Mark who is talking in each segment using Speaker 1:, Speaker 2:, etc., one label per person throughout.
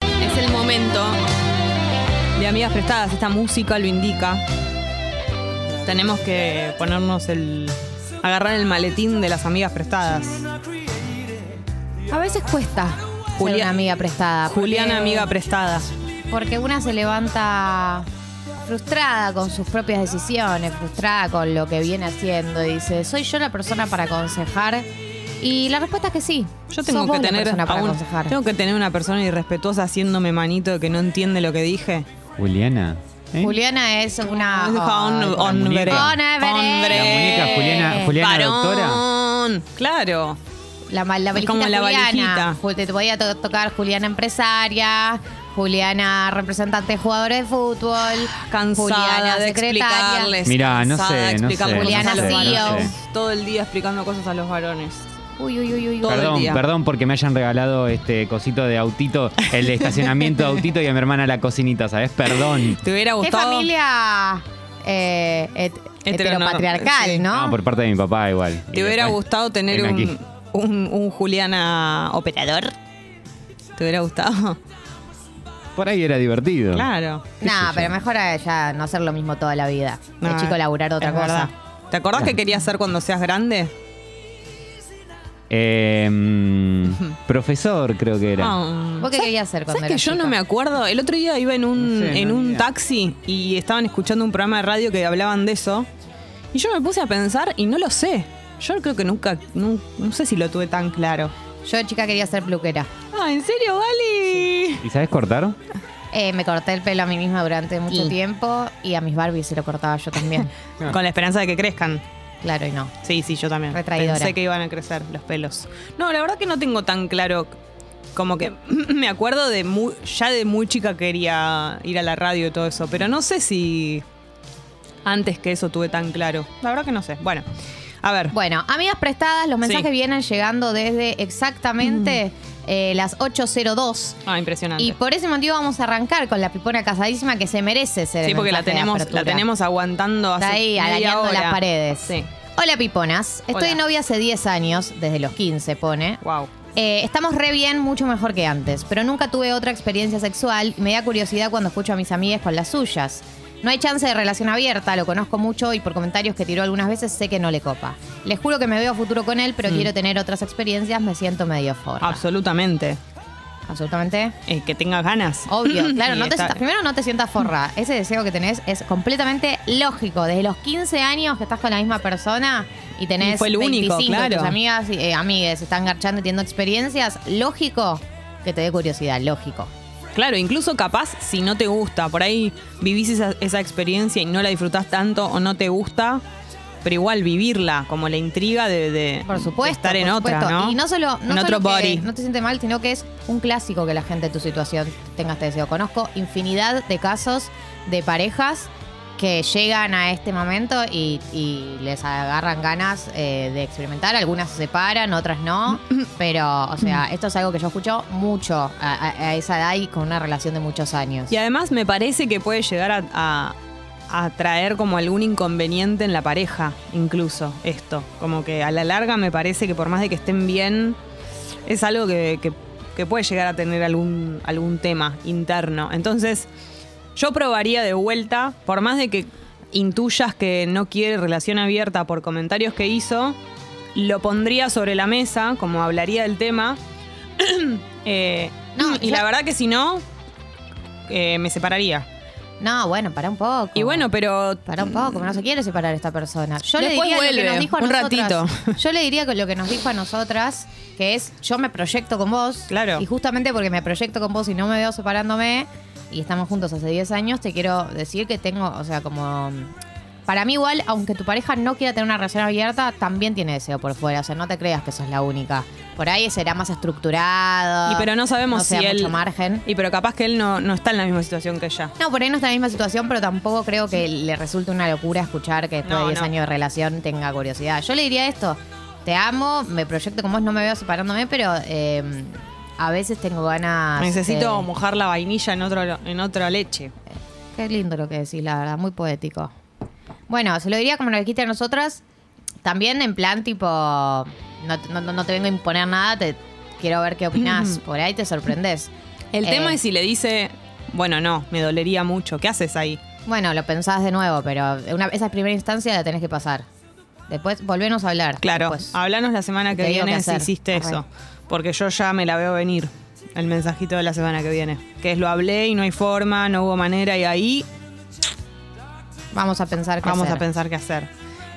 Speaker 1: es el momento de Amigas Prestadas. Esta música lo indica. Tenemos que ponernos el. agarrar el maletín de las Amigas Prestadas.
Speaker 2: Ah, A veces cuesta
Speaker 1: Julia-
Speaker 2: ser una amiga prestada. porque-
Speaker 1: Juliana, amiga prestada.
Speaker 2: Porque una se levanta frustrada con sus propias decisiones, frustrada con lo que viene haciendo y dice, ¿soy yo la persona para aconsejar? Y la respuesta es que sí.
Speaker 1: Yo tengo
Speaker 2: Sos vos
Speaker 1: que
Speaker 2: la
Speaker 1: tener
Speaker 2: persona para
Speaker 1: a un-
Speaker 2: aconsejar.
Speaker 1: tengo que tener una persona irrespetuosa haciéndome manito de que no entiende lo que dije.
Speaker 3: Juliana. ¿eh?
Speaker 2: Juliana es una...
Speaker 1: Es un
Speaker 2: Ay,
Speaker 1: hombre.
Speaker 3: muñeca.
Speaker 2: Hombre.
Speaker 3: La muñeca Juliana, Juliana
Speaker 1: Varón.
Speaker 3: doctora.
Speaker 1: Claro.
Speaker 2: La, ma- la
Speaker 1: Es
Speaker 2: valijita
Speaker 1: como la
Speaker 2: Juliana.
Speaker 1: valijita.
Speaker 2: Ju- Te voy a to- tocar Juliana empresaria, Juliana representante de jugadores de fútbol,
Speaker 1: Cansada
Speaker 2: Juliana
Speaker 1: de
Speaker 2: secretaria.
Speaker 1: explicarles.
Speaker 3: Mirá, no
Speaker 1: cansada
Speaker 3: sé,
Speaker 1: de
Speaker 3: no
Speaker 1: explicar
Speaker 3: sé,
Speaker 1: cosas
Speaker 2: no
Speaker 1: a los
Speaker 2: sé, no
Speaker 1: varones.
Speaker 2: sé.
Speaker 1: Todo el día explicando cosas a los varones.
Speaker 2: Uy, uy, uy, uy.
Speaker 1: Todo el
Speaker 3: Perdón,
Speaker 1: día.
Speaker 3: perdón porque me hayan regalado este cosito de autito, el de estacionamiento de autito y a mi hermana la cocinita, ¿sabes? Perdón.
Speaker 1: ¿Te hubiera
Speaker 2: Qué
Speaker 1: gustado?
Speaker 2: familia eh, het-
Speaker 1: Hetero, no.
Speaker 2: heteropatriarcal,
Speaker 1: Sí.
Speaker 2: ¿no?
Speaker 3: No, Ah, por parte de mi papá igual. Y
Speaker 1: ¿Te hubiera
Speaker 3: después,
Speaker 1: gustado tener
Speaker 3: heme
Speaker 1: un,
Speaker 3: aquí.
Speaker 1: un, un Juliana operador? ¿Te hubiera gustado?
Speaker 3: Por ahí era divertido.
Speaker 1: Claro.
Speaker 2: No, pero mejor eh, ya no hacer lo mismo toda la vida.
Speaker 1: No, eh,
Speaker 2: De chico laburar otra
Speaker 1: es
Speaker 2: cosa.
Speaker 1: verdad. ¿Te acordás que querías ser cuando seas grande?
Speaker 3: Eh, mm, profesor creo que era.
Speaker 1: Ah.
Speaker 2: ¿Vos qué
Speaker 1: ¿Sabes-
Speaker 2: querías hacer cuando
Speaker 1: ¿Sabes que
Speaker 2: eras
Speaker 1: yo no
Speaker 2: chica?
Speaker 1: me acuerdo? El otro día iba en un,
Speaker 3: No sé,
Speaker 1: en
Speaker 3: no
Speaker 1: un
Speaker 3: idea.
Speaker 1: taxi y estaban escuchando un programa de radio que hablaban de eso. Y yo me puse a pensar y no lo sé. Yo creo que nunca, nu- no, sé si lo tuve tan claro.
Speaker 2: Yo de chica quería ser peluquera.
Speaker 1: Ah, ¿en serio, Gali?
Speaker 3: ¿Y sabes cortar?
Speaker 2: Eh, me corté el pelo a mí misma durante mucho
Speaker 1: Y.
Speaker 2: tiempo y a mis Barbies se lo cortaba yo también.
Speaker 3: Ah.
Speaker 1: Con la esperanza de que crezcan.
Speaker 2: claro, y no.
Speaker 1: Sí, sí, yo también.
Speaker 2: Re traidora.
Speaker 1: Pensé que iban a crecer los pelos. No, la verdad que no tengo tan claro. Como que me acuerdo de muy, ya de muy chica quería ir a la radio y todo eso, pero no sé si antes que eso tuve tan claro. La verdad que no sé. Bueno, a ver.
Speaker 2: Bueno, amigas prestadas, los mensajes
Speaker 1: Sí. Mm.
Speaker 2: vienen llegando desde exactamente eh, las 8.02.
Speaker 1: Ah, impresionante.
Speaker 2: Y por ese motivo vamos a arrancar con la pipona casadísima que se merece ser. el
Speaker 1: sí, porque la
Speaker 2: mensaje de
Speaker 1: tenemos, la
Speaker 2: apertura.
Speaker 1: tenemos aguantando hace
Speaker 2: Está ahí,
Speaker 1: media
Speaker 2: arañando
Speaker 1: hora.
Speaker 2: las paredes.
Speaker 1: Sí.
Speaker 2: Hola, piponas. Estoy
Speaker 1: Hola.
Speaker 2: de novia hace 10 años, desde los 15, pone.
Speaker 1: Wow.
Speaker 2: Eh, estamos re bien, mucho mejor que antes, pero nunca tuve otra experiencia sexual y me da curiosidad cuando escucho a mis amigas con las suyas. No hay chance de relación abierta, lo conozco mucho y por comentarios que tiró algunas veces sé que no le copa. Les juro que me veo a futuro con él,
Speaker 1: Mm.
Speaker 2: pero quiero tener otras experiencias, me siento medio forra.
Speaker 1: Absolutamente.
Speaker 2: Absolutamente.
Speaker 1: Eh, que tengas ganas.
Speaker 2: Obvio, claro,
Speaker 1: Y
Speaker 2: no te
Speaker 1: está-
Speaker 2: sientas- primero no te sientas forra. Ese deseo que tenés es completamente lógico. Desde los 15 años que estás con la misma persona y tenés
Speaker 1: Y fue el único,
Speaker 2: 25 y tus
Speaker 1: claro.
Speaker 2: amigas y eh, amigues están garchando y teniendo experiencias, lógico que te dé curiosidad, lógico.
Speaker 1: Claro, incluso capaz si no te gusta, por ahí vivís esa, esa experiencia y no la disfrutás tanto o no te gusta, pero igual vivirla, como la intriga de, de-
Speaker 2: Por supuesto.
Speaker 1: de estar en
Speaker 2: por
Speaker 1: otra,
Speaker 2: supuesto.
Speaker 1: ¿no?
Speaker 2: Y no solo, no
Speaker 1: en
Speaker 2: solo
Speaker 1: otro
Speaker 2: que
Speaker 1: body.
Speaker 2: no te sientes mal, sino que es un clásico que la gente de tu situación tenga este deseo. Conozco infinidad de casos de parejas que llegan a este momento y, y les agarran ganas eh, de experimentar. Algunas se separan, otras no. Pero, o sea, esto es algo que yo escucho mucho a, a- a esa edad y con una relación de muchos años.
Speaker 1: Y además me parece que puede llegar a, a- a traer como algún inconveniente en la pareja, incluso esto. Como que a la larga me parece que por más de que estén bien, es algo que, que- que puede llegar a tener algún, algún tema interno. Entonces, yo probaría de vuelta, por más de que intuyas que no quiere relación abierta por comentarios que hizo, lo pondría sobre la mesa, como hablaría del tema. Eh,
Speaker 2: No,
Speaker 1: y
Speaker 2: yo-
Speaker 1: la verdad que si no, eh, me separaría.
Speaker 2: No, bueno, para un poco.
Speaker 1: Y bueno, pero
Speaker 2: Para un poco, no se quiere separar esta persona. Yo
Speaker 1: Después
Speaker 2: le diría lo
Speaker 1: vuelve,
Speaker 2: que nos dijo a
Speaker 1: un
Speaker 2: nosotras.
Speaker 1: ratito.
Speaker 2: Yo le diría que lo que nos dijo a nosotras, que es yo me proyecto con vos.
Speaker 1: Claro.
Speaker 2: Y justamente porque me proyecto con vos y no me veo separándome, y estamos juntos hace 10 años, te quiero decir que tengo, o sea, como. Para mí, igual, aunque tu pareja no quiera tener una relación abierta, también tiene deseo por fuera. O sea, no te creas que sos la única. Por ahí será más estructurado.
Speaker 1: y pero no sabemos
Speaker 2: no sea
Speaker 1: si él
Speaker 2: mucho margen.
Speaker 1: Y pero capaz que él no, no está en la misma situación que ella.
Speaker 2: No, por ahí no está en la misma situación, pero tampoco creo que le resulte una locura escuchar que después
Speaker 1: No,
Speaker 2: de 10
Speaker 1: no.
Speaker 2: años de relación tenga curiosidad. Yo le diría esto, te amo, me proyecto con vos, no me veo separándome, pero eh, a veces tengo ganas...
Speaker 1: Necesito
Speaker 2: eh,
Speaker 1: mojar la vainilla en otro en otra leche.
Speaker 2: Qué lindo lo que decís, la verdad, muy poético. Bueno, se lo diría como nos dijiste a nosotras, también en plan tipo, no, no- no te vengo a imponer nada, te quiero ver qué opinás, por ahí te sorprendés.
Speaker 1: El
Speaker 2: Eh.
Speaker 1: tema es si le dice, bueno, no, me dolería mucho. ¿Qué haces ahí?
Speaker 2: Bueno, lo pensás de nuevo, pero una, esa primera instancia la tenés que pasar. Después volvemos a hablar.
Speaker 1: Claro, Ah.
Speaker 2: después.
Speaker 1: hablanos la semana que
Speaker 2: te digo
Speaker 1: viene
Speaker 2: qué
Speaker 1: si
Speaker 2: hacer.
Speaker 1: hiciste
Speaker 2: Arre.
Speaker 1: eso. Porque yo ya me la veo venir, el mensajito de la semana que viene. Que es lo hablé y no hay forma, no hubo manera y ahí
Speaker 2: Vamos a pensar qué
Speaker 1: vamos
Speaker 2: hacer.
Speaker 1: a pensar qué hacer.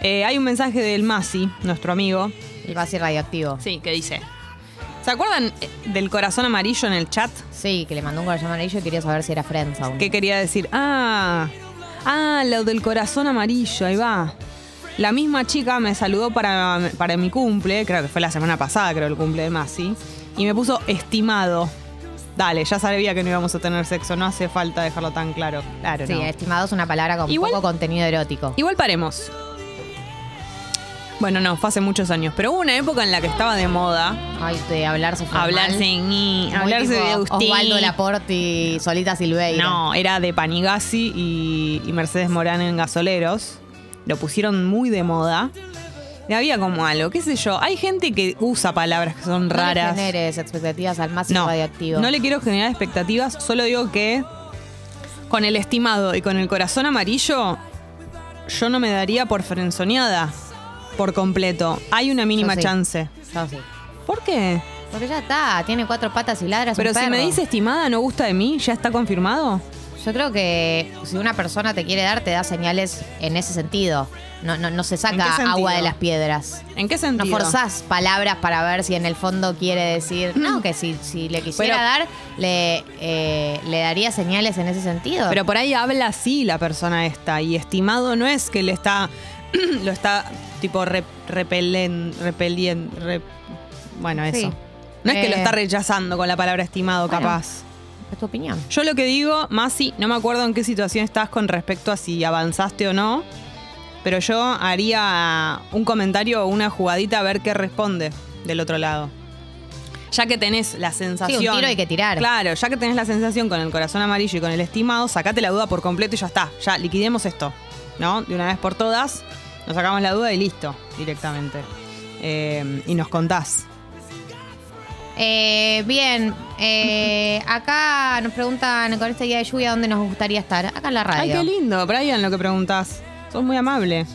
Speaker 1: Eh, hay un mensaje del Masi, nuestro amigo,
Speaker 2: El vacío radioactivo.
Speaker 1: sí, que dice... ¿Se acuerdan eh, del corazón amarillo en el chat?
Speaker 2: Sí, que le mandó un corazón amarillo y quería saber si era Friends aún.
Speaker 1: ¿Qué quería decir? Ah, ah, lo del corazón amarillo, ahí va. La misma chica me saludó para, para mi cumple, creo que fue la semana pasada, creo, el cumple de Masi, y me puso estimado. Dale, ya sabía que no íbamos a tener sexo, no hace falta dejarlo tan claro. Claro,
Speaker 2: Sí,
Speaker 1: no.
Speaker 2: estimado es una palabra con
Speaker 1: Igual-
Speaker 2: poco contenido erótico.
Speaker 1: Igual paremos. Bueno, no, fue hace muchos años, pero hubo una época en la que estaba de moda
Speaker 2: Ay, de hablarse formal.
Speaker 1: hablarse en
Speaker 2: Muy
Speaker 1: hablarse
Speaker 2: tipo
Speaker 1: de Agustín.
Speaker 2: Osvaldo Laporti, Solita Silveira.
Speaker 1: No, era de Panigasi y, y Mercedes Morán en Gasoleros. Lo pusieron muy de moda. Y había como algo, qué sé yo. Hay gente que usa palabras que son
Speaker 2: No le
Speaker 1: raras.
Speaker 2: generes expectativas al máximo
Speaker 1: no,
Speaker 2: radioactivo.
Speaker 1: no le quiero generar expectativas. Solo digo que con el estimado y con el corazón amarillo, yo no me daría por frenzoneada por completo. Hay una mínima
Speaker 2: sí.
Speaker 1: chance.
Speaker 2: Yo sí.
Speaker 1: ¿Por qué?
Speaker 2: Porque ya está, tiene cuatro patas y ladra. es un
Speaker 1: Pero si
Speaker 2: perro.
Speaker 1: me dice estimada no gusta de mí, ¿ya está confirmado?
Speaker 2: Yo creo que si una persona te quiere dar, te da señales en ese sentido. No, no, no se
Speaker 1: qué
Speaker 2: saca
Speaker 1: sentido?
Speaker 2: agua de las piedras.
Speaker 1: ¿En qué
Speaker 2: No
Speaker 1: sentido?
Speaker 2: forzás palabras para ver si en el fondo quiere decir. No, que si, si le quisiera
Speaker 1: Mm. Pero-
Speaker 2: dar, le, eh, le daría señales en ese sentido.
Speaker 1: Pero por ahí habla así la persona esta. Y estimado no es que le está. lo está tipo re- repelen, repelien, re- bueno,
Speaker 2: Sí.
Speaker 1: eso. No es que lo
Speaker 2: Eh.
Speaker 1: está rechazando con la palabra estimado,
Speaker 2: Bueno.
Speaker 1: capaz.
Speaker 2: es tu opinión.
Speaker 1: Yo lo que digo, Masi, no me acuerdo en qué situación estás con respecto a si avanzaste o no, pero yo haría un comentario o una jugadita a ver qué responde del otro lado. Ya que tenés la sensación.
Speaker 2: Sí, un tiro hay que tirar.
Speaker 1: Claro, ya que tenés la sensación con el corazón amarillo y con el estimado, sacate la duda por completo y ya está. Ya liquidemos esto, ¿no? De una vez por todas, nos sacamos la duda y listo, directamente. Eh, y nos contás.
Speaker 2: Eh, bien, eh, acá nos preguntan con este día de lluvia dónde nos gustaría estar. Acá en la radio.
Speaker 1: Ay, qué lindo, Brian, lo que preguntás. Sos muy amable.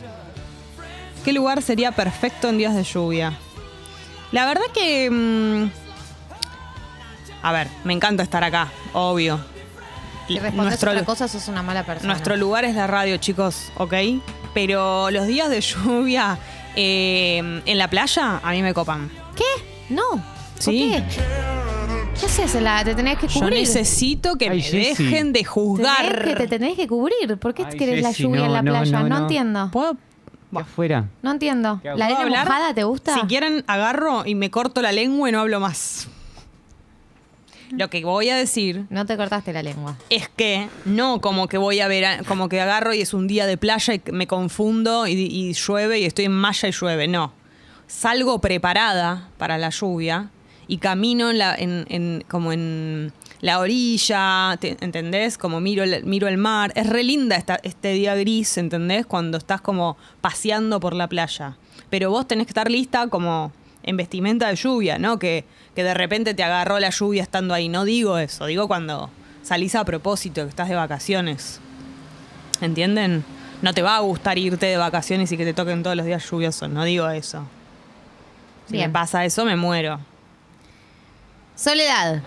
Speaker 1: ¿Qué lugar sería perfecto en días de lluvia? La verdad que... mm, a ver, me encanta estar acá, obvio.
Speaker 2: Si
Speaker 1: L-
Speaker 2: respondes otra cosa, sos una mala persona.
Speaker 1: nuestro lugar es la radio, chicos, ¿ok? Pero los días de lluvia eh, en la playa a mí me copan.
Speaker 2: ¿Qué? No. ¿Por
Speaker 1: Sí.
Speaker 2: qué? ¿Qué haces? La- Te tenés que
Speaker 1: Yo
Speaker 2: cubrir.
Speaker 1: necesito que
Speaker 3: Ay,
Speaker 1: me
Speaker 3: Jessy.
Speaker 1: dejen de
Speaker 2: Tenés
Speaker 1: juzgar.
Speaker 2: que, te tenés que cubrir. ¿Por qué
Speaker 3: Ay,
Speaker 2: querés la
Speaker 3: Jessy,
Speaker 2: lluvia
Speaker 3: no,
Speaker 2: en la
Speaker 3: no,
Speaker 2: playa? No,
Speaker 3: no, no.
Speaker 2: entiendo.
Speaker 1: ¿Puedo?
Speaker 3: ¿Qué afuera?
Speaker 2: No entiendo.
Speaker 3: ¿Qué hago?
Speaker 2: ¿La
Speaker 1: ¿Puedo
Speaker 2: arena
Speaker 1: hablar?
Speaker 2: mojada te gusta?
Speaker 1: Si quieren, agarro y me corto la lengua y no hablo más. Lo que voy a decir
Speaker 2: No te cortaste la lengua.
Speaker 1: es que no como que voy a ver, a- como que agarro y es un día de playa y me confundo y, y llueve y estoy en malla y llueve. No. Salgo preparada para la lluvia y camino en la, en, en- como en la orilla, te- ¿entendés? Como miro el, miro el mar. Es re linda esta- este día gris, ¿entendés? Cuando estás como paseando por la playa. Pero vos tenés que estar lista como en vestimenta de lluvia, ¿no? Que, que de repente te agarró la lluvia estando ahí. No digo eso, digo cuando salís a propósito, que estás de vacaciones. ¿Entienden? No te va a gustar irte de vacaciones y que te toquen todos los días lluviosos, no digo eso. Si
Speaker 2: Bien.
Speaker 1: me pasa eso, me muero.
Speaker 2: Soledad.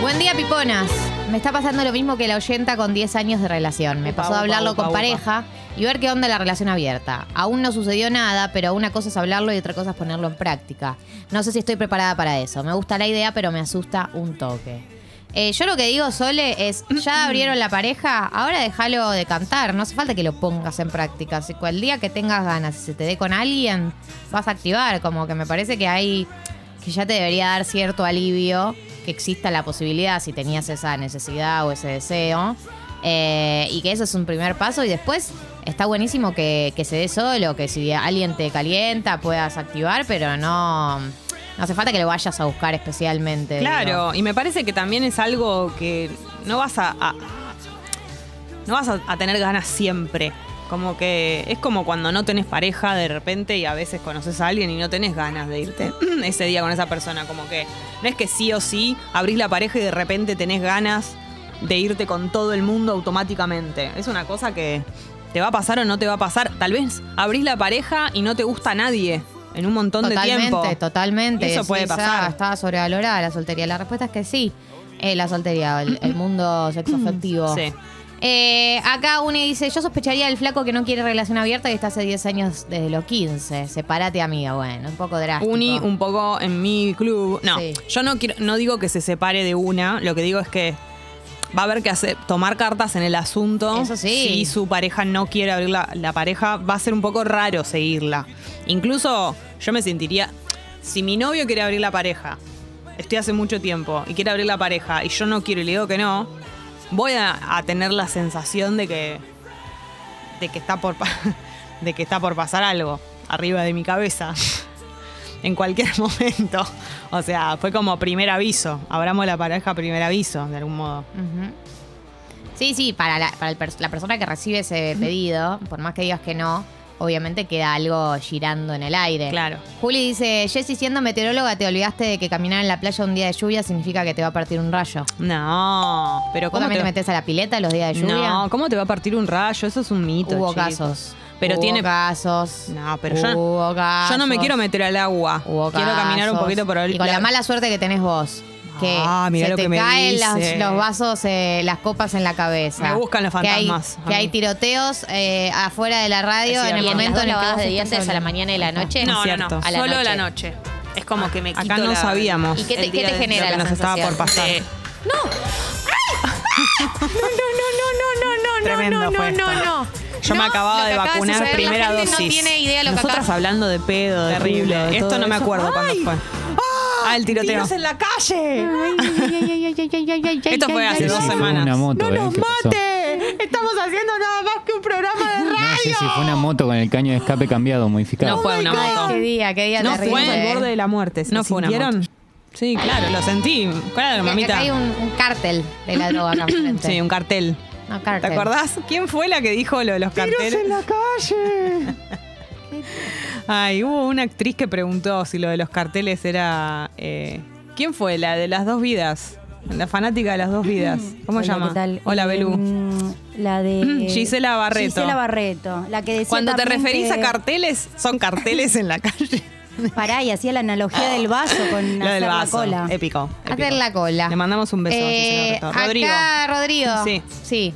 Speaker 2: Buen día, piponas. Me está pasando lo mismo que la oyenta con 10 años de relación. Me
Speaker 1: Upa,
Speaker 2: pasó a
Speaker 1: upa,
Speaker 2: hablarlo
Speaker 1: upa,
Speaker 2: con
Speaker 1: upa.
Speaker 2: pareja y ver qué onda la relación abierta. Aún no sucedió nada, pero una cosa es hablarlo y otra cosa es ponerlo en práctica. No sé si estoy preparada para eso. Me gusta la idea, pero me asusta un toque. Eh, yo lo que digo, Sole, es ya abrieron la pareja, ahora déjalo de cantar. No hace falta que lo pongas en práctica. Así que el día que tengas ganas, si se te dé con alguien, vas a activar. Como que me parece que hay que ya te debería dar cierto alivio que exista la posibilidad si tenías esa necesidad o ese deseo. Eh, y que eso es un primer paso y después está buenísimo que, que se dé solo, que si alguien te calienta puedas activar, pero no, no hace falta que lo vayas a buscar especialmente. digo.
Speaker 1: Claro, y me parece que también es algo que no vas a, a- no vas a, a tener ganas siempre. Como que es como cuando no tenés pareja de repente y a veces conoces a alguien y no tenés ganas de irte ese día con esa persona. Como que no es que sí o sí abrís la pareja y de repente tenés ganas de irte con todo el mundo automáticamente. Es una cosa que te va a pasar o no te va a pasar. Tal vez abrís la pareja y no te gusta a nadie en un montón de tiempo.
Speaker 2: Totalmente, totalmente.
Speaker 1: Y eso puede
Speaker 2: Decís,
Speaker 1: pasar.
Speaker 2: "Ah, Estaba sobrevalorada la soltería. La respuesta es que sí. Eh, la soltería, el, el mundo sexoafectivo.
Speaker 1: Sí.
Speaker 2: Eh, acá une dice, yo sospecharía del flaco que no quiere relación abierta y está hace 10 años desde los 15. Sepárate, amiga. Bueno, un poco drástico.
Speaker 1: Uni un poco en mi club. No,
Speaker 2: Sí.
Speaker 1: yo no quiero, no digo que se separe de una, lo que digo es que va a haber que hacer, tomar cartas en el asunto.
Speaker 2: Eso sí.
Speaker 1: Si su pareja no quiere abrir la, la pareja, va a ser un poco raro seguirla. Incluso yo me sentiría. Si mi novio quiere abrir la pareja, estoy hace mucho tiempo y quiere abrir la pareja y yo no quiero y le digo que no, voy a, a tener la sensación de que. de que está por pa- de que está por pasar algo arriba de mi cabeza en cualquier momento. O sea, fue como primer aviso. Abramos la pareja, primer aviso, de algún modo.
Speaker 2: Ujú. Sí, sí, para, la, para el pers- la persona que recibe ese pedido, por más que digas que no, obviamente queda algo girando en el aire.
Speaker 1: Claro.
Speaker 2: Juli dice, Jessy, siendo meteoróloga, te olvidaste de que caminar en la playa un día de lluvia significa que te va a partir un rayo.
Speaker 1: No, pero
Speaker 2: ¿Vos
Speaker 1: ¿cómo
Speaker 2: también
Speaker 1: te,
Speaker 2: te metes a la pileta los días de lluvia?
Speaker 1: no, ¿cómo te va a partir un rayo? Eso es un mito.
Speaker 2: Hubo
Speaker 1: chicos.
Speaker 2: casos.
Speaker 1: Pero
Speaker 2: Hubo
Speaker 1: tiene-
Speaker 2: casos.
Speaker 1: No, pero yo-
Speaker 2: Hubo casos.
Speaker 1: Yo no me quiero meter al agua.
Speaker 2: Hubo
Speaker 1: quiero caminar un
Speaker 2: casos.
Speaker 1: poquito por el.
Speaker 2: Y con la mala suerte que tenés vos. Que
Speaker 1: Ah, mirá
Speaker 2: se
Speaker 1: lo
Speaker 2: te
Speaker 1: que me
Speaker 2: caen las-
Speaker 1: dice.
Speaker 2: los vasos, eh, las copas en la cabeza.
Speaker 1: Me buscan los
Speaker 2: Que hay-
Speaker 1: fantasmas, a
Speaker 2: Que hay,
Speaker 1: mí.
Speaker 2: tiroteos eh, eh, afuera de la radio
Speaker 4: Es
Speaker 2: en el
Speaker 4: cierto.
Speaker 2: momento
Speaker 4: Las dos
Speaker 2: en el que
Speaker 4: lavadas
Speaker 2: vos
Speaker 4: de
Speaker 2: estás
Speaker 4: dientes a la
Speaker 2: hablando.
Speaker 4: mañana y la noche.
Speaker 1: No,
Speaker 4: Es
Speaker 1: no,
Speaker 4: cierto.
Speaker 1: no.
Speaker 4: A la
Speaker 1: Solo
Speaker 4: noche.
Speaker 1: la noche.
Speaker 4: Es como que me quito
Speaker 1: Acá no
Speaker 4: la-
Speaker 1: sabíamos
Speaker 4: ¿Y qué te,
Speaker 1: el
Speaker 4: qué
Speaker 1: día
Speaker 4: te
Speaker 1: de-
Speaker 4: genera
Speaker 1: lo que
Speaker 4: la
Speaker 1: nos estaba
Speaker 4: sensación
Speaker 1: por pasar.
Speaker 4: de-
Speaker 1: No, no, no, no, no, Yo me
Speaker 4: No,
Speaker 1: acababa
Speaker 4: lo
Speaker 1: de
Speaker 4: que acaba de
Speaker 1: vacunar
Speaker 4: suceder, la
Speaker 1: primera
Speaker 4: gente
Speaker 1: dosis.
Speaker 4: no tiene idea lo que
Speaker 1: Nosotras
Speaker 4: acaba-
Speaker 1: hablando de pedo, de
Speaker 5: Terrible,
Speaker 1: culo, de
Speaker 5: esto
Speaker 1: todo
Speaker 5: no me
Speaker 1: eso.
Speaker 5: acuerdo cuándo
Speaker 1: ¡Ay!
Speaker 5: fue.
Speaker 1: Ah, el tiroteo.
Speaker 5: ¡Tiros en la calle!
Speaker 1: Esto fue hace
Speaker 3: No
Speaker 1: dos
Speaker 3: sé si fue
Speaker 1: semanas.
Speaker 3: una moto,
Speaker 5: ¡No
Speaker 3: eh,
Speaker 5: nos
Speaker 3: que pasó.
Speaker 5: mate! Estamos haciendo nada más que un programa de
Speaker 3: No sé
Speaker 5: radio.
Speaker 3: si fue una moto con el caño de escape cambiado, modificado.
Speaker 1: No fue
Speaker 5: my
Speaker 1: una
Speaker 5: God.
Speaker 1: moto.
Speaker 2: Ay, qué día, qué día
Speaker 1: No
Speaker 2: terrible.
Speaker 1: fue
Speaker 2: eh.
Speaker 1: al
Speaker 5: borde de la muerte. ¿se
Speaker 1: No fue una
Speaker 5: sintieron?
Speaker 1: moto. Sí, claro, lo sentí. Claro,
Speaker 2: Acá-
Speaker 1: mamita.
Speaker 2: Acá hay un, un cártel de la droga acá enfrente.
Speaker 1: Sí, un cartel.
Speaker 2: No, cártel.
Speaker 1: ¿Te acordás? ¿Quién fue la que dijo lo de los
Speaker 5: ¡Tiros en
Speaker 1: carteles?
Speaker 5: la calle!
Speaker 1: Ay, hubo una actriz que preguntó si lo de los carteles era. eh, ¿Quién fue? La de las dos vidas. La fanática de las dos vidas. ¿Cómo
Speaker 6: Hola,
Speaker 1: se llama?
Speaker 6: ¿qué tal?
Speaker 1: Hola,
Speaker 6: Eh,
Speaker 1: Belú.
Speaker 6: mm, La de.
Speaker 1: Gisela Barreto.
Speaker 6: Gisela Barreto. La que decía.
Speaker 1: Cuando te
Speaker 6: también
Speaker 1: referís a
Speaker 6: que-
Speaker 1: carteles, son carteles en la calle.
Speaker 6: Pará, y hacía la analogía del vaso con
Speaker 1: Lo
Speaker 6: hacer
Speaker 1: del vaso.
Speaker 6: la cola.
Speaker 1: Épico.
Speaker 2: Hacer
Speaker 1: épico.
Speaker 2: la cola.
Speaker 1: Le mandamos un beso. a
Speaker 2: Eh,
Speaker 1: Gisela Barreto. Rodrigo.
Speaker 2: Acá, Rodrigo.
Speaker 1: Sí.
Speaker 2: Sí.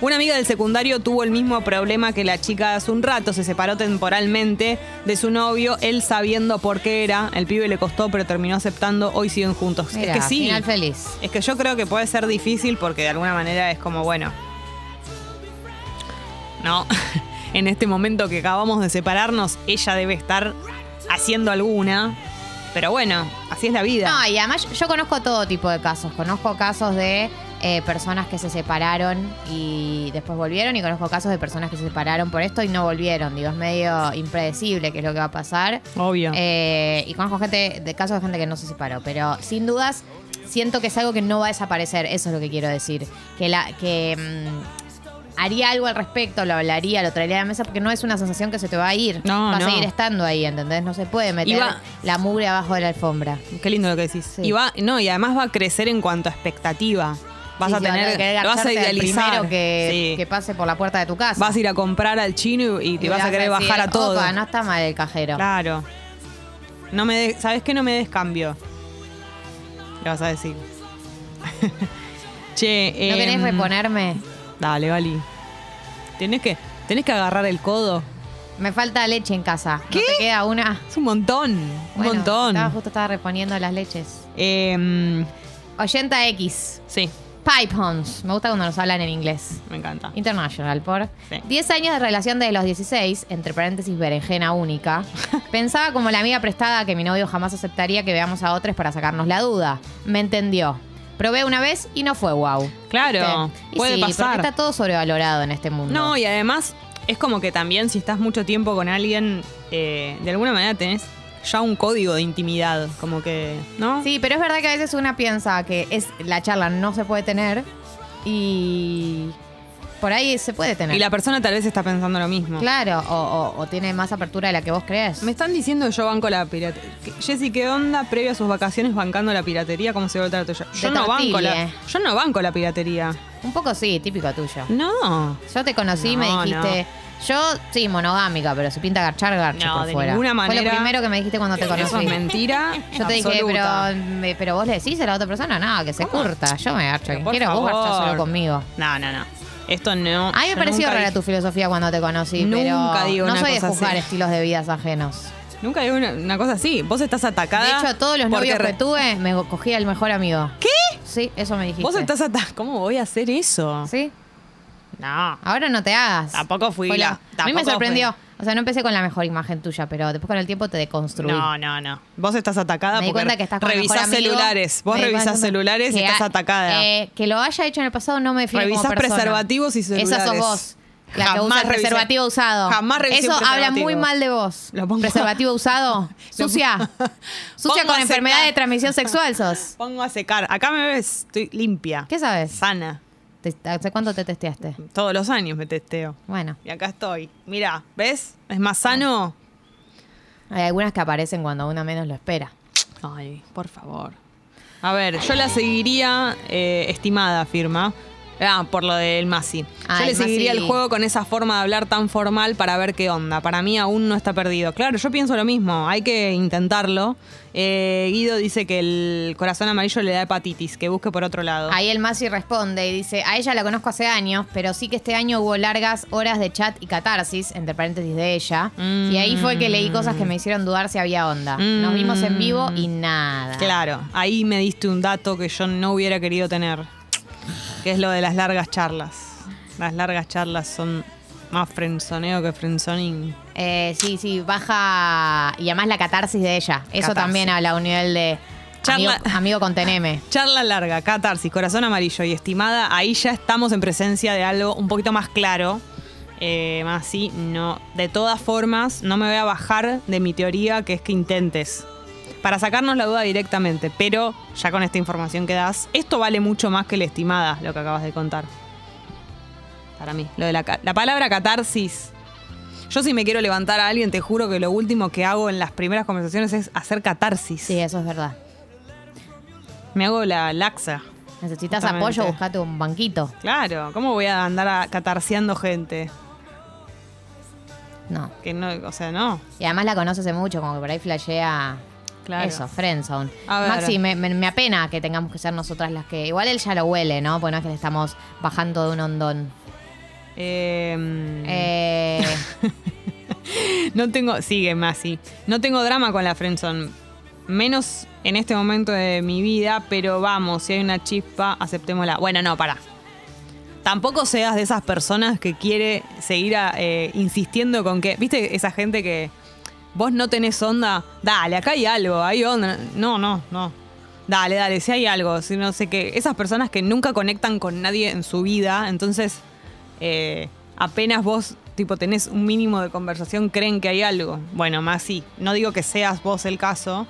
Speaker 1: Una amiga del secundario tuvo el mismo problema que la chica hace un rato, se separó temporalmente de su novio, él sabiendo por qué era, el pibe le costó, pero terminó aceptando, hoy siguen juntos.
Speaker 2: Mirá,
Speaker 1: es que sí,
Speaker 2: final feliz.
Speaker 1: es que yo creo que puede ser difícil porque de alguna manera es como, bueno, no, en este momento que acabamos de separarnos, ella debe estar haciendo alguna, pero bueno, así es la vida.
Speaker 2: No, y además yo- yo conozco todo tipo de casos. Conozco casos de eh, personas que se separaron y después volvieron y conozco casos de personas que se separaron por esto y no volvieron. Digo, es medio impredecible qué es lo que va a pasar.
Speaker 1: Obvio.
Speaker 2: Eh, y conozco gente, de casos de gente que no se separó, pero sin dudas siento que es algo que no va a desaparecer, eso es lo que quiero decir. Que la que mm, haría algo al respecto, lo hablaría, lo traería a la mesa, porque no es una sensación que se te va a ir.
Speaker 1: No,
Speaker 2: va
Speaker 1: no.
Speaker 2: a seguir estando ahí, ¿entendés? No se puede meter
Speaker 1: Iba-
Speaker 2: la mugre abajo de la alfombra.
Speaker 1: Qué lindo lo que decís.
Speaker 2: Sí.
Speaker 1: Y va, no, y además va a crecer en cuanto a expectativa. Vas
Speaker 2: Sí,
Speaker 1: a
Speaker 2: sí, vas
Speaker 1: tener,
Speaker 2: querer
Speaker 1: vas a
Speaker 2: garcharte al
Speaker 1: idealizar.
Speaker 2: primero que,
Speaker 1: Sí.
Speaker 2: que pase por la puerta de tu casa.
Speaker 1: Vas a ir a comprar al chino y, y te
Speaker 2: Y
Speaker 1: vas a querer
Speaker 2: decir,
Speaker 1: bajar a todo.
Speaker 2: "Opa, no está mal el cajero.
Speaker 1: Claro. No me des- ¿Sabes qué? No me des cambio. Le vas a decir. che,
Speaker 2: ¿No querés
Speaker 1: em,
Speaker 2: reponerme?
Speaker 1: Dale, Vali. Tenés que, tenés que agarrar el codo.
Speaker 2: Me falta leche en casa. ¿No te queda una?
Speaker 1: Es un montón.
Speaker 2: Bueno,
Speaker 1: un montón.
Speaker 2: Estaba, justo estaba reponiendo las leches.
Speaker 1: Em,
Speaker 2: 80X.
Speaker 1: sí,
Speaker 2: Pipe Homes. Me gusta cuando nos hablan en inglés.
Speaker 1: me encanta.
Speaker 2: International, por.
Speaker 1: Sí.
Speaker 2: 10 años de relación desde los 16, entre paréntesis berenjena única. Pensaba como la amiga prestada que mi novio jamás aceptaría que veamos a otros para sacarnos la duda. Me entendió. Probé una vez y no fue wow.
Speaker 1: Claro,
Speaker 2: ¿Viste? Y
Speaker 1: puede
Speaker 2: sí,
Speaker 1: pasar.
Speaker 2: Porque está todo sobrevalorado en este mundo.
Speaker 1: No, y además es como que también si estás mucho tiempo con alguien, eh, de alguna manera tenés ya un código de intimidad, como que, ¿no?
Speaker 2: Sí, pero es verdad que a veces una piensa que es la charla no se puede tener y por ahí se puede tener.
Speaker 1: Y la persona tal vez está pensando lo mismo.
Speaker 2: Claro, o, o- o tiene más apertura de la que vos crees.
Speaker 1: Me están diciendo que yo banco la piratería. Jessy, ¿qué onda previo a sus vacaciones bancando la piratería? ¿Cómo se va el trato? Yo, yo
Speaker 2: De
Speaker 1: no banco
Speaker 2: tortilla,
Speaker 1: la,
Speaker 2: eh.
Speaker 1: yo no banco la piratería.
Speaker 2: Un poco sí, típico tuyo.
Speaker 1: No.
Speaker 2: Yo te conocí y me
Speaker 1: No,
Speaker 2: dijiste. Yo, sí, monogámica, pero si pinta garchar, garcho
Speaker 1: No,
Speaker 2: por
Speaker 1: de
Speaker 2: fuera.
Speaker 1: ninguna
Speaker 2: Fue lo
Speaker 1: manera.
Speaker 2: primero que me dijiste cuando te
Speaker 1: Eso es
Speaker 2: conocí.
Speaker 1: mentira.
Speaker 2: Yo te dije,
Speaker 1: absoluta.
Speaker 2: pero, me- pero vos le decís a la otra persona, nada, que se curta. Yo me garcho. a quien
Speaker 1: Por
Speaker 2: Quiero vos garchás
Speaker 1: favor.
Speaker 2: solo conmigo.
Speaker 1: No, no, no. Esto no.
Speaker 2: A mí me
Speaker 1: yo
Speaker 2: pareció
Speaker 1: nunca
Speaker 2: rara
Speaker 1: dije-
Speaker 2: tu filosofía cuando te conocí,
Speaker 1: Nunca
Speaker 2: pero
Speaker 1: digo
Speaker 2: no
Speaker 1: una
Speaker 2: soy de
Speaker 1: cosa
Speaker 2: juzgar
Speaker 1: así.
Speaker 2: estilos de vidas ajenos.
Speaker 1: Nunca digo una, una cosa así. Vos estás atacada.
Speaker 2: De hecho, a todos los
Speaker 1: porque
Speaker 2: novios
Speaker 1: re-
Speaker 2: que tuve, me cogí al mejor amigo. ¿Qué? Sí, eso me dijiste.
Speaker 1: Vos estás atacada. ¿Cómo voy a hacer eso?
Speaker 2: Sí.
Speaker 1: No.
Speaker 2: Ahora no te hagas.
Speaker 1: Tampoco fui
Speaker 2: Fue
Speaker 1: la-
Speaker 2: a mí
Speaker 1: tampoco
Speaker 2: me
Speaker 1: fui.
Speaker 2: sorprendió. O sea, no empecé con la mejor imagen tuya, pero después con el tiempo te deconstruí.
Speaker 1: No, no, no. Vos estás atacada
Speaker 2: me di
Speaker 1: Ah, porque
Speaker 2: cuenta que estás con el mejor
Speaker 1: revisás
Speaker 2: amigo.
Speaker 1: celulares. Vos
Speaker 2: Me di
Speaker 1: revisás
Speaker 2: cuenta
Speaker 1: celulares y
Speaker 2: que
Speaker 1: estás
Speaker 2: ha-
Speaker 1: atacada.
Speaker 2: eh, que lo haya hecho en el pasado no me define como
Speaker 1: revisás
Speaker 2: persona.
Speaker 1: preservativos y celulares.
Speaker 2: Esa sos vos. La que
Speaker 1: Jamás
Speaker 2: usa el
Speaker 1: revisé-
Speaker 2: preservativo usado.
Speaker 1: Jamás revisé
Speaker 2: Eso
Speaker 1: un
Speaker 2: habla
Speaker 1: preservativo.
Speaker 2: muy mal de vos.
Speaker 1: Lo pongo-
Speaker 2: Preservativo usado. Sucia.
Speaker 1: Pongo
Speaker 2: Sucia
Speaker 1: a
Speaker 2: con enfermedad
Speaker 1: secar.
Speaker 2: de transmisión sexual sos.
Speaker 1: Pongo a secar. Acá me ves, estoy limpia.
Speaker 2: ¿Qué sabes?
Speaker 1: Sana.
Speaker 2: Te- ¿Hace cuánto te testeaste?
Speaker 1: Todos los años me testeo.
Speaker 2: Bueno,
Speaker 1: Y acá estoy. Mirá, ¿ves? ¿Es más sano?
Speaker 2: hay algunas que aparecen cuando uno menos lo espera.
Speaker 1: Ay, por favor. A ver, yo la seguiría, eh, estimada firma. Ah, por lo del Masi.
Speaker 2: Ah,
Speaker 1: yo
Speaker 2: el
Speaker 1: le seguiría
Speaker 2: Masi.
Speaker 1: el juego con esa forma de hablar tan formal para ver qué onda. Para mí aún no está perdido. Claro, yo pienso lo mismo. Hay que intentarlo. Eh, Guido dice que el corazón amarillo le da hepatitis, que busque por otro lado.
Speaker 2: Ahí el Masi responde y dice, a ella la conozco hace años, pero sí que este año hubo largas horas de chat y catarsis, entre paréntesis de ella.
Speaker 1: Mm.
Speaker 2: Y ahí fue que leí cosas que me hicieron dudar si había onda. Nos
Speaker 1: Mm.
Speaker 2: vimos en vivo y nada.
Speaker 1: Claro, ahí me diste un dato que yo no hubiera querido tener, que es lo de las largas charlas. Las largas charlas son más frenzoneo que frenzoning.
Speaker 2: Eh, sí, sí, baja. Y además la catarsis de ella. Eso
Speaker 1: Catarsis.
Speaker 2: también habla a un nivel de. Amigo,
Speaker 1: Charla-
Speaker 2: amigo conteneme.
Speaker 1: Charla larga, catarsis, corazón amarillo y estimada, ahí ya estamos en presencia de algo un poquito más claro. Eh, más así, no. De todas formas, no me voy a bajar de mi teoría que es que intentes. Para sacarnos la duda directamente, pero ya con esta información que das, esto vale mucho más que la estimada, lo que acabas de contar. Para mí, lo de la, ca- la palabra catarsis. Yo si me quiero levantar a alguien, te juro que lo último que hago en las primeras conversaciones es hacer catarsis.
Speaker 2: Sí, eso es verdad.
Speaker 1: Me hago la laxa.
Speaker 2: Necesitas
Speaker 1: Justamente.
Speaker 2: apoyo, buscate un banquito.
Speaker 1: Claro, ¿cómo voy a andar a- catarseando gente?
Speaker 2: No.
Speaker 1: Que no, o sea, no.
Speaker 2: Y además la conoce hace mucho, como que por ahí flashea.
Speaker 1: Claro.
Speaker 2: Eso, friendzone.
Speaker 1: A ver.
Speaker 2: Maxi, me, me- me apena que tengamos que ser nosotras las que. Igual él ya lo huele, ¿no? Porque no es que le estamos bajando de un hondón.
Speaker 1: Em,
Speaker 2: Eh,
Speaker 1: No tengo, sigue Masi. No tengo drama con la friendzone. Menos en este momento de mi vida, pero vamos, si hay una chispa, aceptémosla. Bueno, no, para. Tampoco seas de esas personas que quiere seguir a- eh, insistiendo con que. ¿Viste esa gente que vos no tenés onda? Dale, acá hay algo, hay onda. No, no, no. Dale, dale, si hay algo, si no sé qué. Esas personas que nunca conectan con nadie en su vida, entonces eh, apenas vos tipo tenés un mínimo de conversación, creen que hay algo. Bueno, más sí. No digo que seas vos el caso,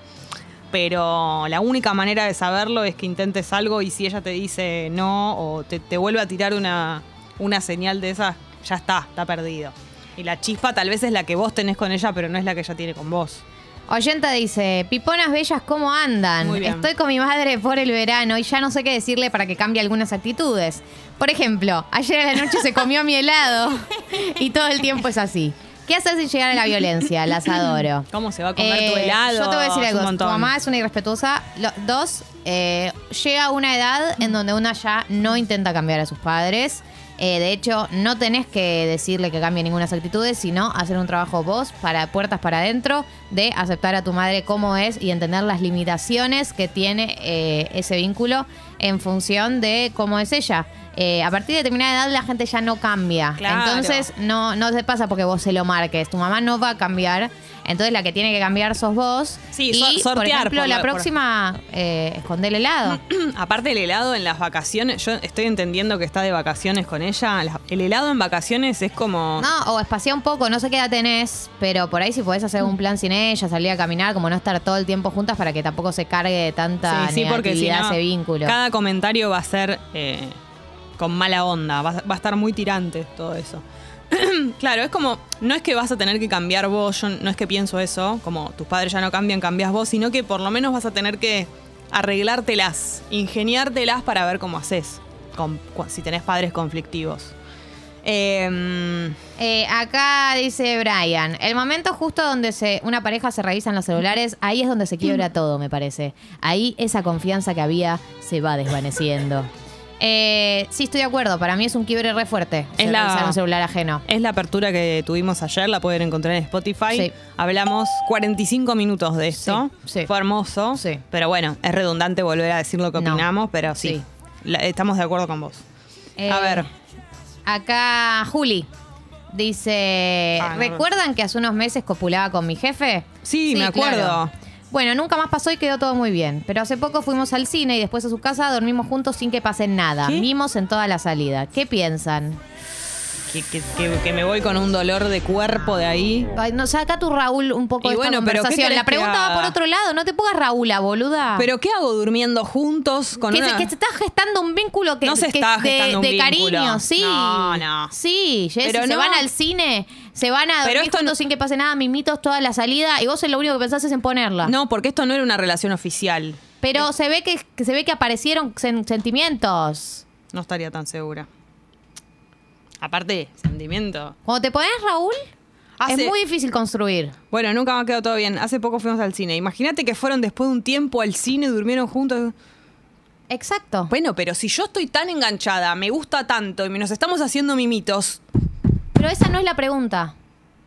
Speaker 1: pero la única manera de saberlo es que intentes algo y si ella te dice no o te, te vuelve a tirar una, una señal de esas, ya está, está perdido. Y la chispa tal vez es la que vos tenés con ella, pero no es la que ella tiene con vos.
Speaker 2: Oyenta dice: Piponas bellas, ¿cómo andan?
Speaker 1: Muy bien.
Speaker 2: Estoy con mi madre por el verano y ya no sé qué decirle para que cambie algunas actitudes. Por ejemplo, ayer a la noche se comió mi helado y todo el tiempo es así. ¿Qué hacer si llegan a la violencia? Las adoro.
Speaker 1: ¿Cómo se va a comer
Speaker 2: Eh,
Speaker 1: tu helado?
Speaker 2: Yo te voy a decir
Speaker 1: Es un
Speaker 2: algo. Tu
Speaker 1: montón.
Speaker 2: mamá es una irrespetuosa. Lo- dos, eh, llega una edad en donde una ya no intenta cambiar a sus padres. Eh, de hecho, no tenés que decirle que cambie ninguna actitudes, sino hacer un trabajo vos para puertas para adentro de aceptar a tu madre como es y entender las limitaciones que tiene eh, ese vínculo en función de cómo es ella. Eh, a partir de determinada edad la gente ya no cambia.
Speaker 1: Claro.
Speaker 2: Entonces no, no te pasa porque vos se lo marques. Tu mamá no va a cambiar. Entonces la que tiene que cambiar sos vos.
Speaker 1: Sí,
Speaker 2: y,
Speaker 1: so-
Speaker 2: por
Speaker 1: sortear,
Speaker 2: ejemplo,
Speaker 1: por
Speaker 2: la
Speaker 1: lo- por-
Speaker 2: próxima, eh, esconder el helado.
Speaker 1: Aparte el helado en las vacaciones, yo estoy entendiendo que está de vacaciones con ella. La- El helado en vacaciones es como...
Speaker 2: No, o espaciá un poco, no sé qué edad tenés, pero por ahí si podés hacer un plan sin ella, salir a caminar, como no estar todo el tiempo juntas para que tampoco se cargue de tanta negatividad
Speaker 1: no,
Speaker 2: ese vínculo.
Speaker 1: Cada comentario va a ser eh, con mala onda. Va, a- va a estar muy tirante todo eso. claro, es como, no es que vas a tener que cambiar vos, yo no es que pienso eso, como tus padres ya no cambian, cambias vos, sino que por lo menos vas a tener que arreglártelas, ingeniártelas para ver cómo haces, con- cu- si tenés padres conflictivos. Em,
Speaker 2: Eh, acá dice Brian, el momento justo donde se, una pareja se revisan los celulares, ahí es donde se quiebra todo, me parece. Ahí esa confianza que había se va desvaneciendo. Eh, sí, estoy de acuerdo, para mí es un quiebre re fuerte.
Speaker 1: Es
Speaker 2: se
Speaker 1: la-
Speaker 2: revisar un celular ajeno.
Speaker 1: Es la apertura que tuvimos ayer, la pueden encontrar en Spotify.
Speaker 2: Sí.
Speaker 1: Hablamos 45 minutos de esto.
Speaker 2: Sí, sí.
Speaker 1: Fue hermoso.
Speaker 2: Sí.
Speaker 1: Pero bueno, es redundante volver a decir lo que
Speaker 2: No.
Speaker 1: opinamos, pero sí.
Speaker 2: Sí.
Speaker 1: La- estamos de acuerdo con vos.
Speaker 2: Eh,
Speaker 1: a ver,
Speaker 2: Acá Juli dice,
Speaker 1: Ah, no, no.
Speaker 2: ¿recuerdan que hace unos meses copulaba con mi jefe?
Speaker 1: Sí, me acuerdo.
Speaker 2: Bueno, nunca más pasó y quedó todo muy bien. Pero hace poco fuimos al cine y después a su casa dormimos juntos sin que pase nada.
Speaker 1: ¿Qué?
Speaker 2: Mimos en toda la salida. ¿Qué piensan?
Speaker 1: que, que- que- que me voy con un dolor de cuerpo de ahí.
Speaker 2: Ay, no, saca tú, Raúl, un poco
Speaker 1: Y
Speaker 2: de
Speaker 1: bueno,
Speaker 2: esta
Speaker 1: pero ¿qué
Speaker 2: conversación.
Speaker 1: querés
Speaker 2: la pregunta
Speaker 1: que
Speaker 2: va por
Speaker 1: haga?
Speaker 2: otro lado. No te pongas Raúl, boluda.
Speaker 1: ¿Pero qué hago durmiendo juntos con
Speaker 2: que,
Speaker 1: una-
Speaker 2: Ah. se, que se está gestando un vínculo que
Speaker 1: No se
Speaker 2: que
Speaker 1: está
Speaker 2: de,
Speaker 1: gestando un
Speaker 2: de
Speaker 1: vínculo.
Speaker 2: cariño, sí.
Speaker 1: No, no.
Speaker 2: Sí, Jessy,
Speaker 1: Pero
Speaker 2: se
Speaker 1: no.
Speaker 2: van al cine, se van a
Speaker 1: Pero
Speaker 2: dormir
Speaker 1: esto
Speaker 2: juntos
Speaker 1: no-
Speaker 2: sin que pase nada, mimitos toda la salida y vos lo único que pensás es en ponerla.
Speaker 1: No, porque esto no era una relación oficial.
Speaker 2: Pero se ve que, que se ve que aparecieron sen- sentimientos.
Speaker 1: No estaría tan segura. Aparte, sentimiento.
Speaker 2: Cuando te pones Raúl,
Speaker 1: Hace-
Speaker 2: es muy difícil construir.
Speaker 1: Bueno, nunca me ha quedado todo bien. Hace poco fuimos al cine. Imagínate que fueron después de un tiempo al cine, durmieron juntos.
Speaker 2: Exacto.
Speaker 1: Bueno, pero si yo estoy tan enganchada, me gusta tanto y nos estamos haciendo mimitos.
Speaker 2: Pero esa no es la pregunta.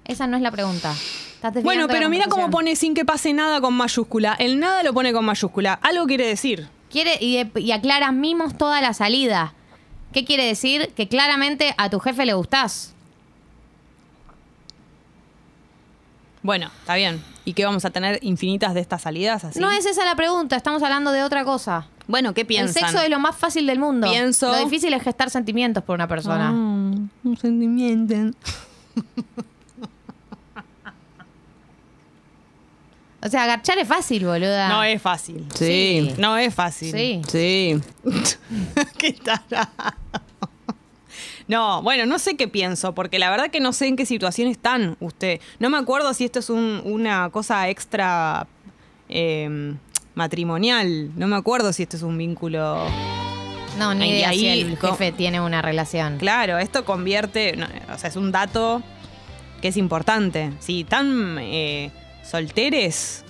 Speaker 2: Esa no es la pregunta. Estás desviando
Speaker 1: Bueno,
Speaker 2: la
Speaker 1: pero mira cómo
Speaker 2: conversación.
Speaker 1: pone sin que pase nada con mayúscula. El nada lo pone con mayúscula. Algo quiere decir.
Speaker 2: Quiere, y, y aclaras mimos toda la salida. ¿Qué quiere decir? Que claramente a tu jefe le gustás.
Speaker 1: Bueno, está bien. ¿Y qué vamos a tener infinitas de estas salidas así?
Speaker 2: No es esa la pregunta, estamos hablando de otra cosa.
Speaker 1: Bueno, ¿qué piensan?
Speaker 2: El sexo es lo más fácil del mundo.
Speaker 1: Pienso-
Speaker 2: Lo difícil es gestar sentimientos por una persona.
Speaker 1: un sentimiento.
Speaker 2: O sea, agarchar es fácil, boluda.
Speaker 1: Ah. No es fácil.
Speaker 2: Ah. Sí.
Speaker 1: No es fácil.
Speaker 2: Sí.
Speaker 1: Sí. qué tarado. No, bueno, no sé qué pienso, porque la verdad que no sé en qué situación están usted. No me acuerdo si esto es un- una cosa extra eh, matrimonial. No me acuerdo si esto es un vínculo.
Speaker 2: No, ni
Speaker 1: Y
Speaker 2: idea si
Speaker 1: ahí,
Speaker 2: el
Speaker 1: co-
Speaker 2: jefe tiene una relación.
Speaker 1: Claro, esto convierte, no, o sea, es un dato que es importante. Si están eh, solteres,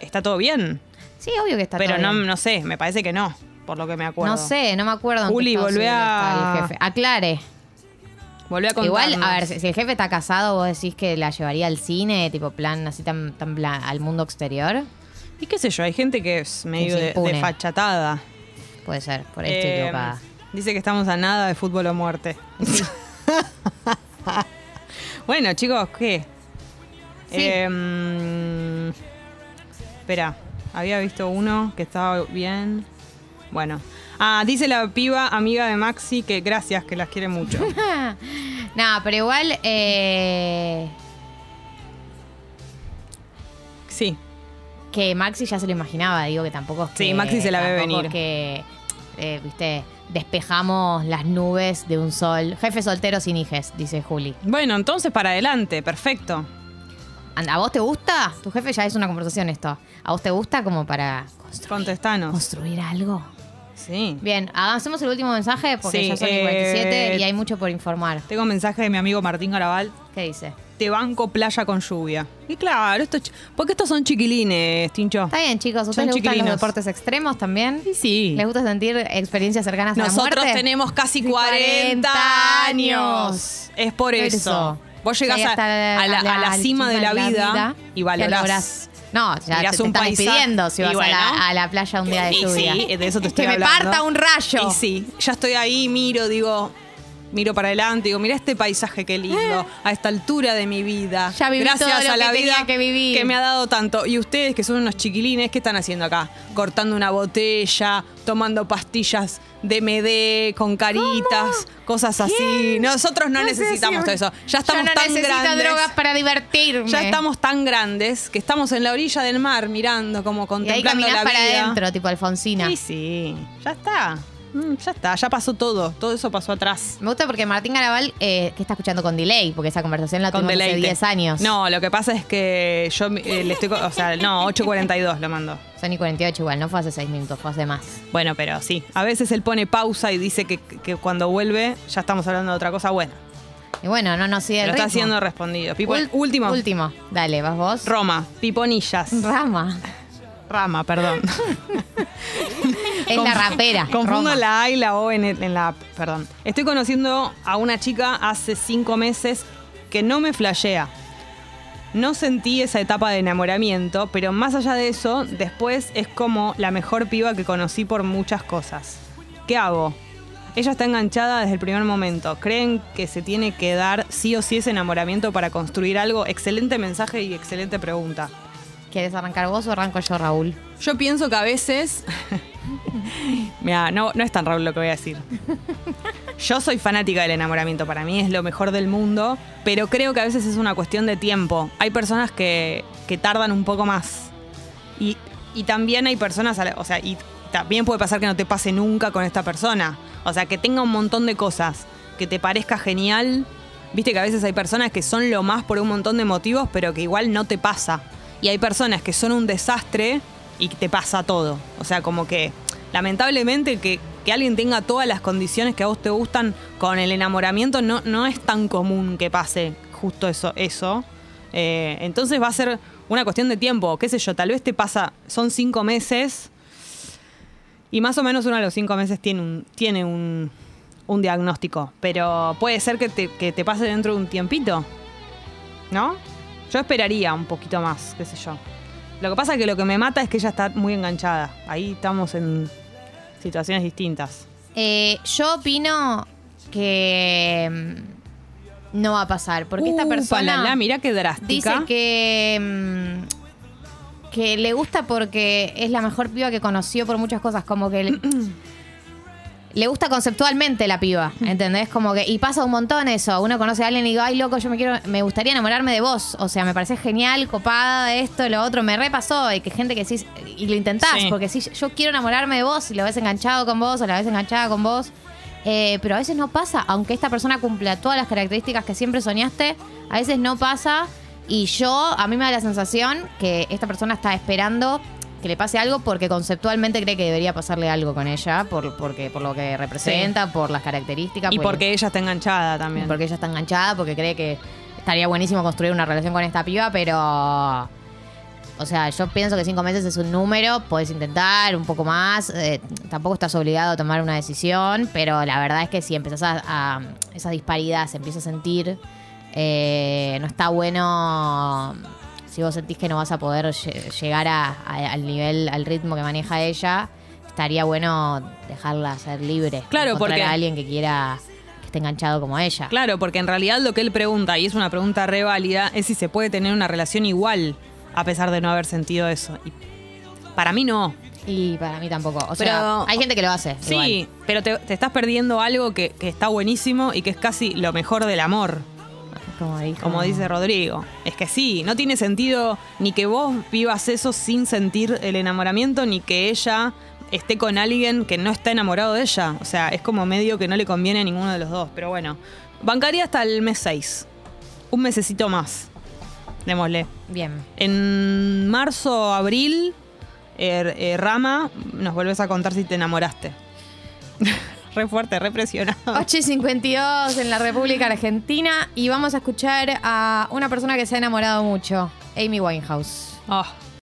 Speaker 1: está todo bien.
Speaker 2: Sí, obvio que está
Speaker 1: pero
Speaker 2: todo
Speaker 1: no,
Speaker 2: bien.
Speaker 1: no sé, me parece que no, por lo que me acuerdo.
Speaker 2: No sé, no me acuerdo. en qué
Speaker 1: Juli,
Speaker 2: estado
Speaker 1: volvé
Speaker 2: civil
Speaker 1: a-
Speaker 2: está el jefe. Aclare.
Speaker 1: Volví a contar.
Speaker 2: Igual, a ver, si si el jefe está casado, vos decís que la llevaría al cine, tipo plan así tan, tan bla- al mundo exterior.
Speaker 1: Y qué sé yo, hay gente que es medio
Speaker 2: se
Speaker 1: de-
Speaker 2: impune.
Speaker 1: desfachatada.
Speaker 2: Puede ser, por ahí estoy
Speaker 1: Eh,
Speaker 2: equivocada.
Speaker 1: Dice que estamos a nada de fútbol o muerte. bueno, chicos, ¿qué?
Speaker 2: Sí.
Speaker 1: Em, espera, había visto uno que estaba bien. Bueno. Ah, dice la piba amiga de Maxi que gracias, que las quiere mucho.
Speaker 2: No, pero igual, eh,
Speaker 1: Sí.
Speaker 2: que Maxi ya se lo imaginaba, digo que tampoco es que.
Speaker 1: Sí, Maxi se la ve
Speaker 2: tampoco
Speaker 1: venir.
Speaker 2: es que, eh, viste, despejamos las nubes de un sol. Jefe soltero sin hijes, dice Juli.
Speaker 1: Bueno, entonces para adelante, perfecto.
Speaker 2: Anda, ¿A vos te gusta? Tu jefe ya es una conversación esto. ¿A vos te gusta como para construir,
Speaker 1: Contestanos.
Speaker 2: construir algo?
Speaker 1: Sí.
Speaker 2: Bien, hacemos el último mensaje porque
Speaker 1: Sí,
Speaker 2: ya son
Speaker 1: eh,
Speaker 2: 57 y hay mucho por informar.
Speaker 1: Tengo un mensaje de mi amigo Martín Garabal.
Speaker 2: ¿Qué dice?
Speaker 1: Te banco playa con lluvia. Y claro, esto, ch- porque estos son chiquilines, Tincho.
Speaker 2: Está bien, chicos.
Speaker 1: Son
Speaker 2: ¿Ustedes les gustan los
Speaker 1: chiquilinos.
Speaker 2: deportes extremos también?
Speaker 1: Sí, sí.
Speaker 2: ¿Les gusta sentir experiencias cercanas a la
Speaker 1: Nosotros
Speaker 2: muerte?
Speaker 1: tenemos casi
Speaker 2: Sí,
Speaker 1: 40,
Speaker 2: 40
Speaker 1: años. Es por
Speaker 2: Por
Speaker 1: eso.
Speaker 2: eso.
Speaker 1: Vos llegás
Speaker 2: Ahí
Speaker 1: a,
Speaker 2: está
Speaker 1: a la, a la cima de la, vida, y valorás.
Speaker 2: No, ya
Speaker 1: Mirás
Speaker 2: te, te
Speaker 1: un
Speaker 2: estás
Speaker 1: paisaje.
Speaker 2: despidiendo si
Speaker 1: Y
Speaker 2: vas
Speaker 1: bueno.
Speaker 2: a, la, a la playa un día de
Speaker 1: Y
Speaker 2: lluvia.
Speaker 1: sí, de eso te estoy
Speaker 2: que me
Speaker 1: hablando.
Speaker 2: parta un rayo.
Speaker 1: Y sí, ya estoy ahí, miro, digo, miro para adelante, digo, mira este paisaje qué lindo, a esta altura de mi vida.
Speaker 2: Eh. Ya viví
Speaker 1: Gracias
Speaker 2: todo lo
Speaker 1: a la
Speaker 2: que
Speaker 1: vida
Speaker 2: tenía que vivir".
Speaker 1: que me ha dado tanto. Y ustedes que son unos chiquilines, ¿qué están haciendo acá? Cortando una botella, tomando pastillas de MD con caritas, cosas así. Nosotros no,
Speaker 5: No sé
Speaker 1: necesitamos
Speaker 5: si-
Speaker 1: todo eso. Ya estamos
Speaker 2: Yo no
Speaker 1: tan
Speaker 2: necesito
Speaker 1: grandes.
Speaker 2: drogas para divertirme.
Speaker 1: Ya estamos tan grandes que estamos en la orilla del mar mirando como
Speaker 2: Y ahí
Speaker 1: contemplando
Speaker 2: caminás
Speaker 1: la vida.
Speaker 2: para adentro, tipo Alfonsina.
Speaker 1: Sí, sí, ya está. Mm, ya está, ya pasó todo. Todo eso pasó atrás.
Speaker 2: Me gusta porque Martín Garabal, eh, que está escuchando con delay, porque esa conversación la
Speaker 1: Con
Speaker 2: tuvimos Ah, hace
Speaker 1: deleite.
Speaker 2: 10 años.
Speaker 1: No, lo que pasa es que yo eh, le estoy. co- O sea, no, 8.42 lo mando.
Speaker 2: Son y 48 igual, no fue hace 6 minutos, fue hace más.
Speaker 1: Bueno, pero sí. A veces él pone pausa y dice que, que cuando vuelve ya estamos hablando de otra cosa. Bueno,
Speaker 2: Y bueno, no nos sigue el
Speaker 1: pero está
Speaker 2: ritmo.
Speaker 1: siendo respondido. Pipo-
Speaker 2: Ul-
Speaker 1: último.
Speaker 2: Último. Dale, vas vos.
Speaker 1: Roma, Piponillas.
Speaker 2: Rama.
Speaker 1: Rama, perdón.
Speaker 2: Es la rapera.
Speaker 1: Confundo
Speaker 2: Roma.
Speaker 1: la A y la O en, el- en la app, perdón. Estoy conociendo a una chica hace cinco meses que no me flashea. No sentí esa etapa de enamoramiento, pero más allá de eso, después es como la mejor piba que conocí por muchas cosas. ¿Qué hago? Ella está enganchada desde el primer momento. Creen que se tiene que dar sí o sí ese enamoramiento para construir algo. Excelente mensaje y excelente pregunta.
Speaker 2: ¿Quieres arrancar vos o arranco yo, Raúl?
Speaker 1: Yo pienso que a veces. Mira, no, no es tan raro lo que voy a decir. Yo soy fanática del enamoramiento, para mí es lo mejor del mundo, pero creo que a veces es una cuestión de tiempo. Hay personas que, que tardan un poco más. Y, y también hay personas, a la- o sea, y también puede pasar que no te pase nunca con esta persona. O sea, que tenga un montón de cosas, que te parezca genial. Viste que a veces hay personas que son lo más por un montón de motivos, pero que igual no te pasa. Y hay personas que son un desastre y te pasa todo. O sea, como que lamentablemente que, que alguien tenga todas las condiciones que a vos te gustan con el enamoramiento no, no es tan común que pase justo eso. eso. Eh, entonces va a ser una cuestión de tiempo, qué sé yo, tal vez te pasa, son cinco meses y más o menos uno de los cinco meses tiene un, tiene un, un diagnóstico, pero puede ser que te, que te pase dentro de un tiempito, ¿no? Yo esperaría un poquito más, qué sé yo. Lo que pasa es que lo que me mata es que ella está muy enganchada. Ahí estamos en situaciones distintas.
Speaker 2: Eh, yo opino que mm, no va a pasar, porque esta persona
Speaker 1: Upalala, mirá qué
Speaker 2: Uh, dice
Speaker 1: drástica.
Speaker 2: que mm, que le gusta porque es la mejor piba que conoció por muchas cosas, como que le, le gusta conceptualmente la piba, ¿entendés? Como que y pasa un montón eso, uno conoce a alguien y digo, "Ay, loco, yo me quiero me gustaría enamorarme de vos", o sea, me parece genial, copada, esto, lo otro, me repasó y que gente que sí y lo intentás
Speaker 1: Sí.
Speaker 2: porque sí, yo quiero enamorarme de vos y lo ves enganchado con vos o la ves enganchada con vos. Eh, pero a veces no pasa, aunque esta persona cumpla todas las características que siempre soñaste, a veces no pasa. Y yo, a mí me da la sensación que esta persona está esperando que le pase algo porque conceptualmente cree que debería pasarle algo con ella, por, porque, por lo que representa, por las características.
Speaker 1: y
Speaker 2: por-
Speaker 1: porque ella está enganchada también.
Speaker 2: porque ella está enganchada, porque cree que estaría buenísimo construir una relación con esta piba, pero. O sea, yo pienso que cinco meses es un número, puedes intentar un poco más, eh, tampoco estás obligado a tomar una decisión, pero la verdad es que si empezás a, a- esa disparidad, se empieza a sentir, eh, no está bueno si vos sentís que no vas a poder lle- llegar a- a- al nivel, al ritmo que maneja ella, estaría bueno dejarla ser libre,
Speaker 1: Claro,
Speaker 2: encontrar
Speaker 1: porque-
Speaker 2: a alguien que quiera que esté enganchado como ella.
Speaker 1: Claro, porque en realidad lo que él pregunta, y es una pregunta re válida, es si se puede tener una relación igual a pesar de no haber sentido eso. Y para mí no.
Speaker 2: Y para mí tampoco. O sea,
Speaker 1: Pero-
Speaker 2: hay gente que lo hace.
Speaker 1: Sí,
Speaker 2: igual.
Speaker 1: pero te, te estás perdiendo algo que, que está buenísimo y que es casi lo mejor del amor.
Speaker 2: Como, dijo-
Speaker 1: como dice Rodrigo. Es que sí, no tiene sentido ni que vos vivas eso sin sentir el enamoramiento, ni que ella esté con alguien que no está enamorado de ella. O sea, es como medio que no le conviene a ninguno de los dos. Pero bueno, bancaría hasta el mes 6. Un mesecito más. Démosle.
Speaker 2: Bien.
Speaker 1: En marzo, abril, eh, eh, Rama, nos volvés a contar si te enamoraste. re fuerte, re
Speaker 2: Ah.
Speaker 1: presionado.
Speaker 2: 8.52 en la República Argentina y vamos a escuchar a una persona que se ha enamorado mucho, Amy Winehouse.
Speaker 1: Oh.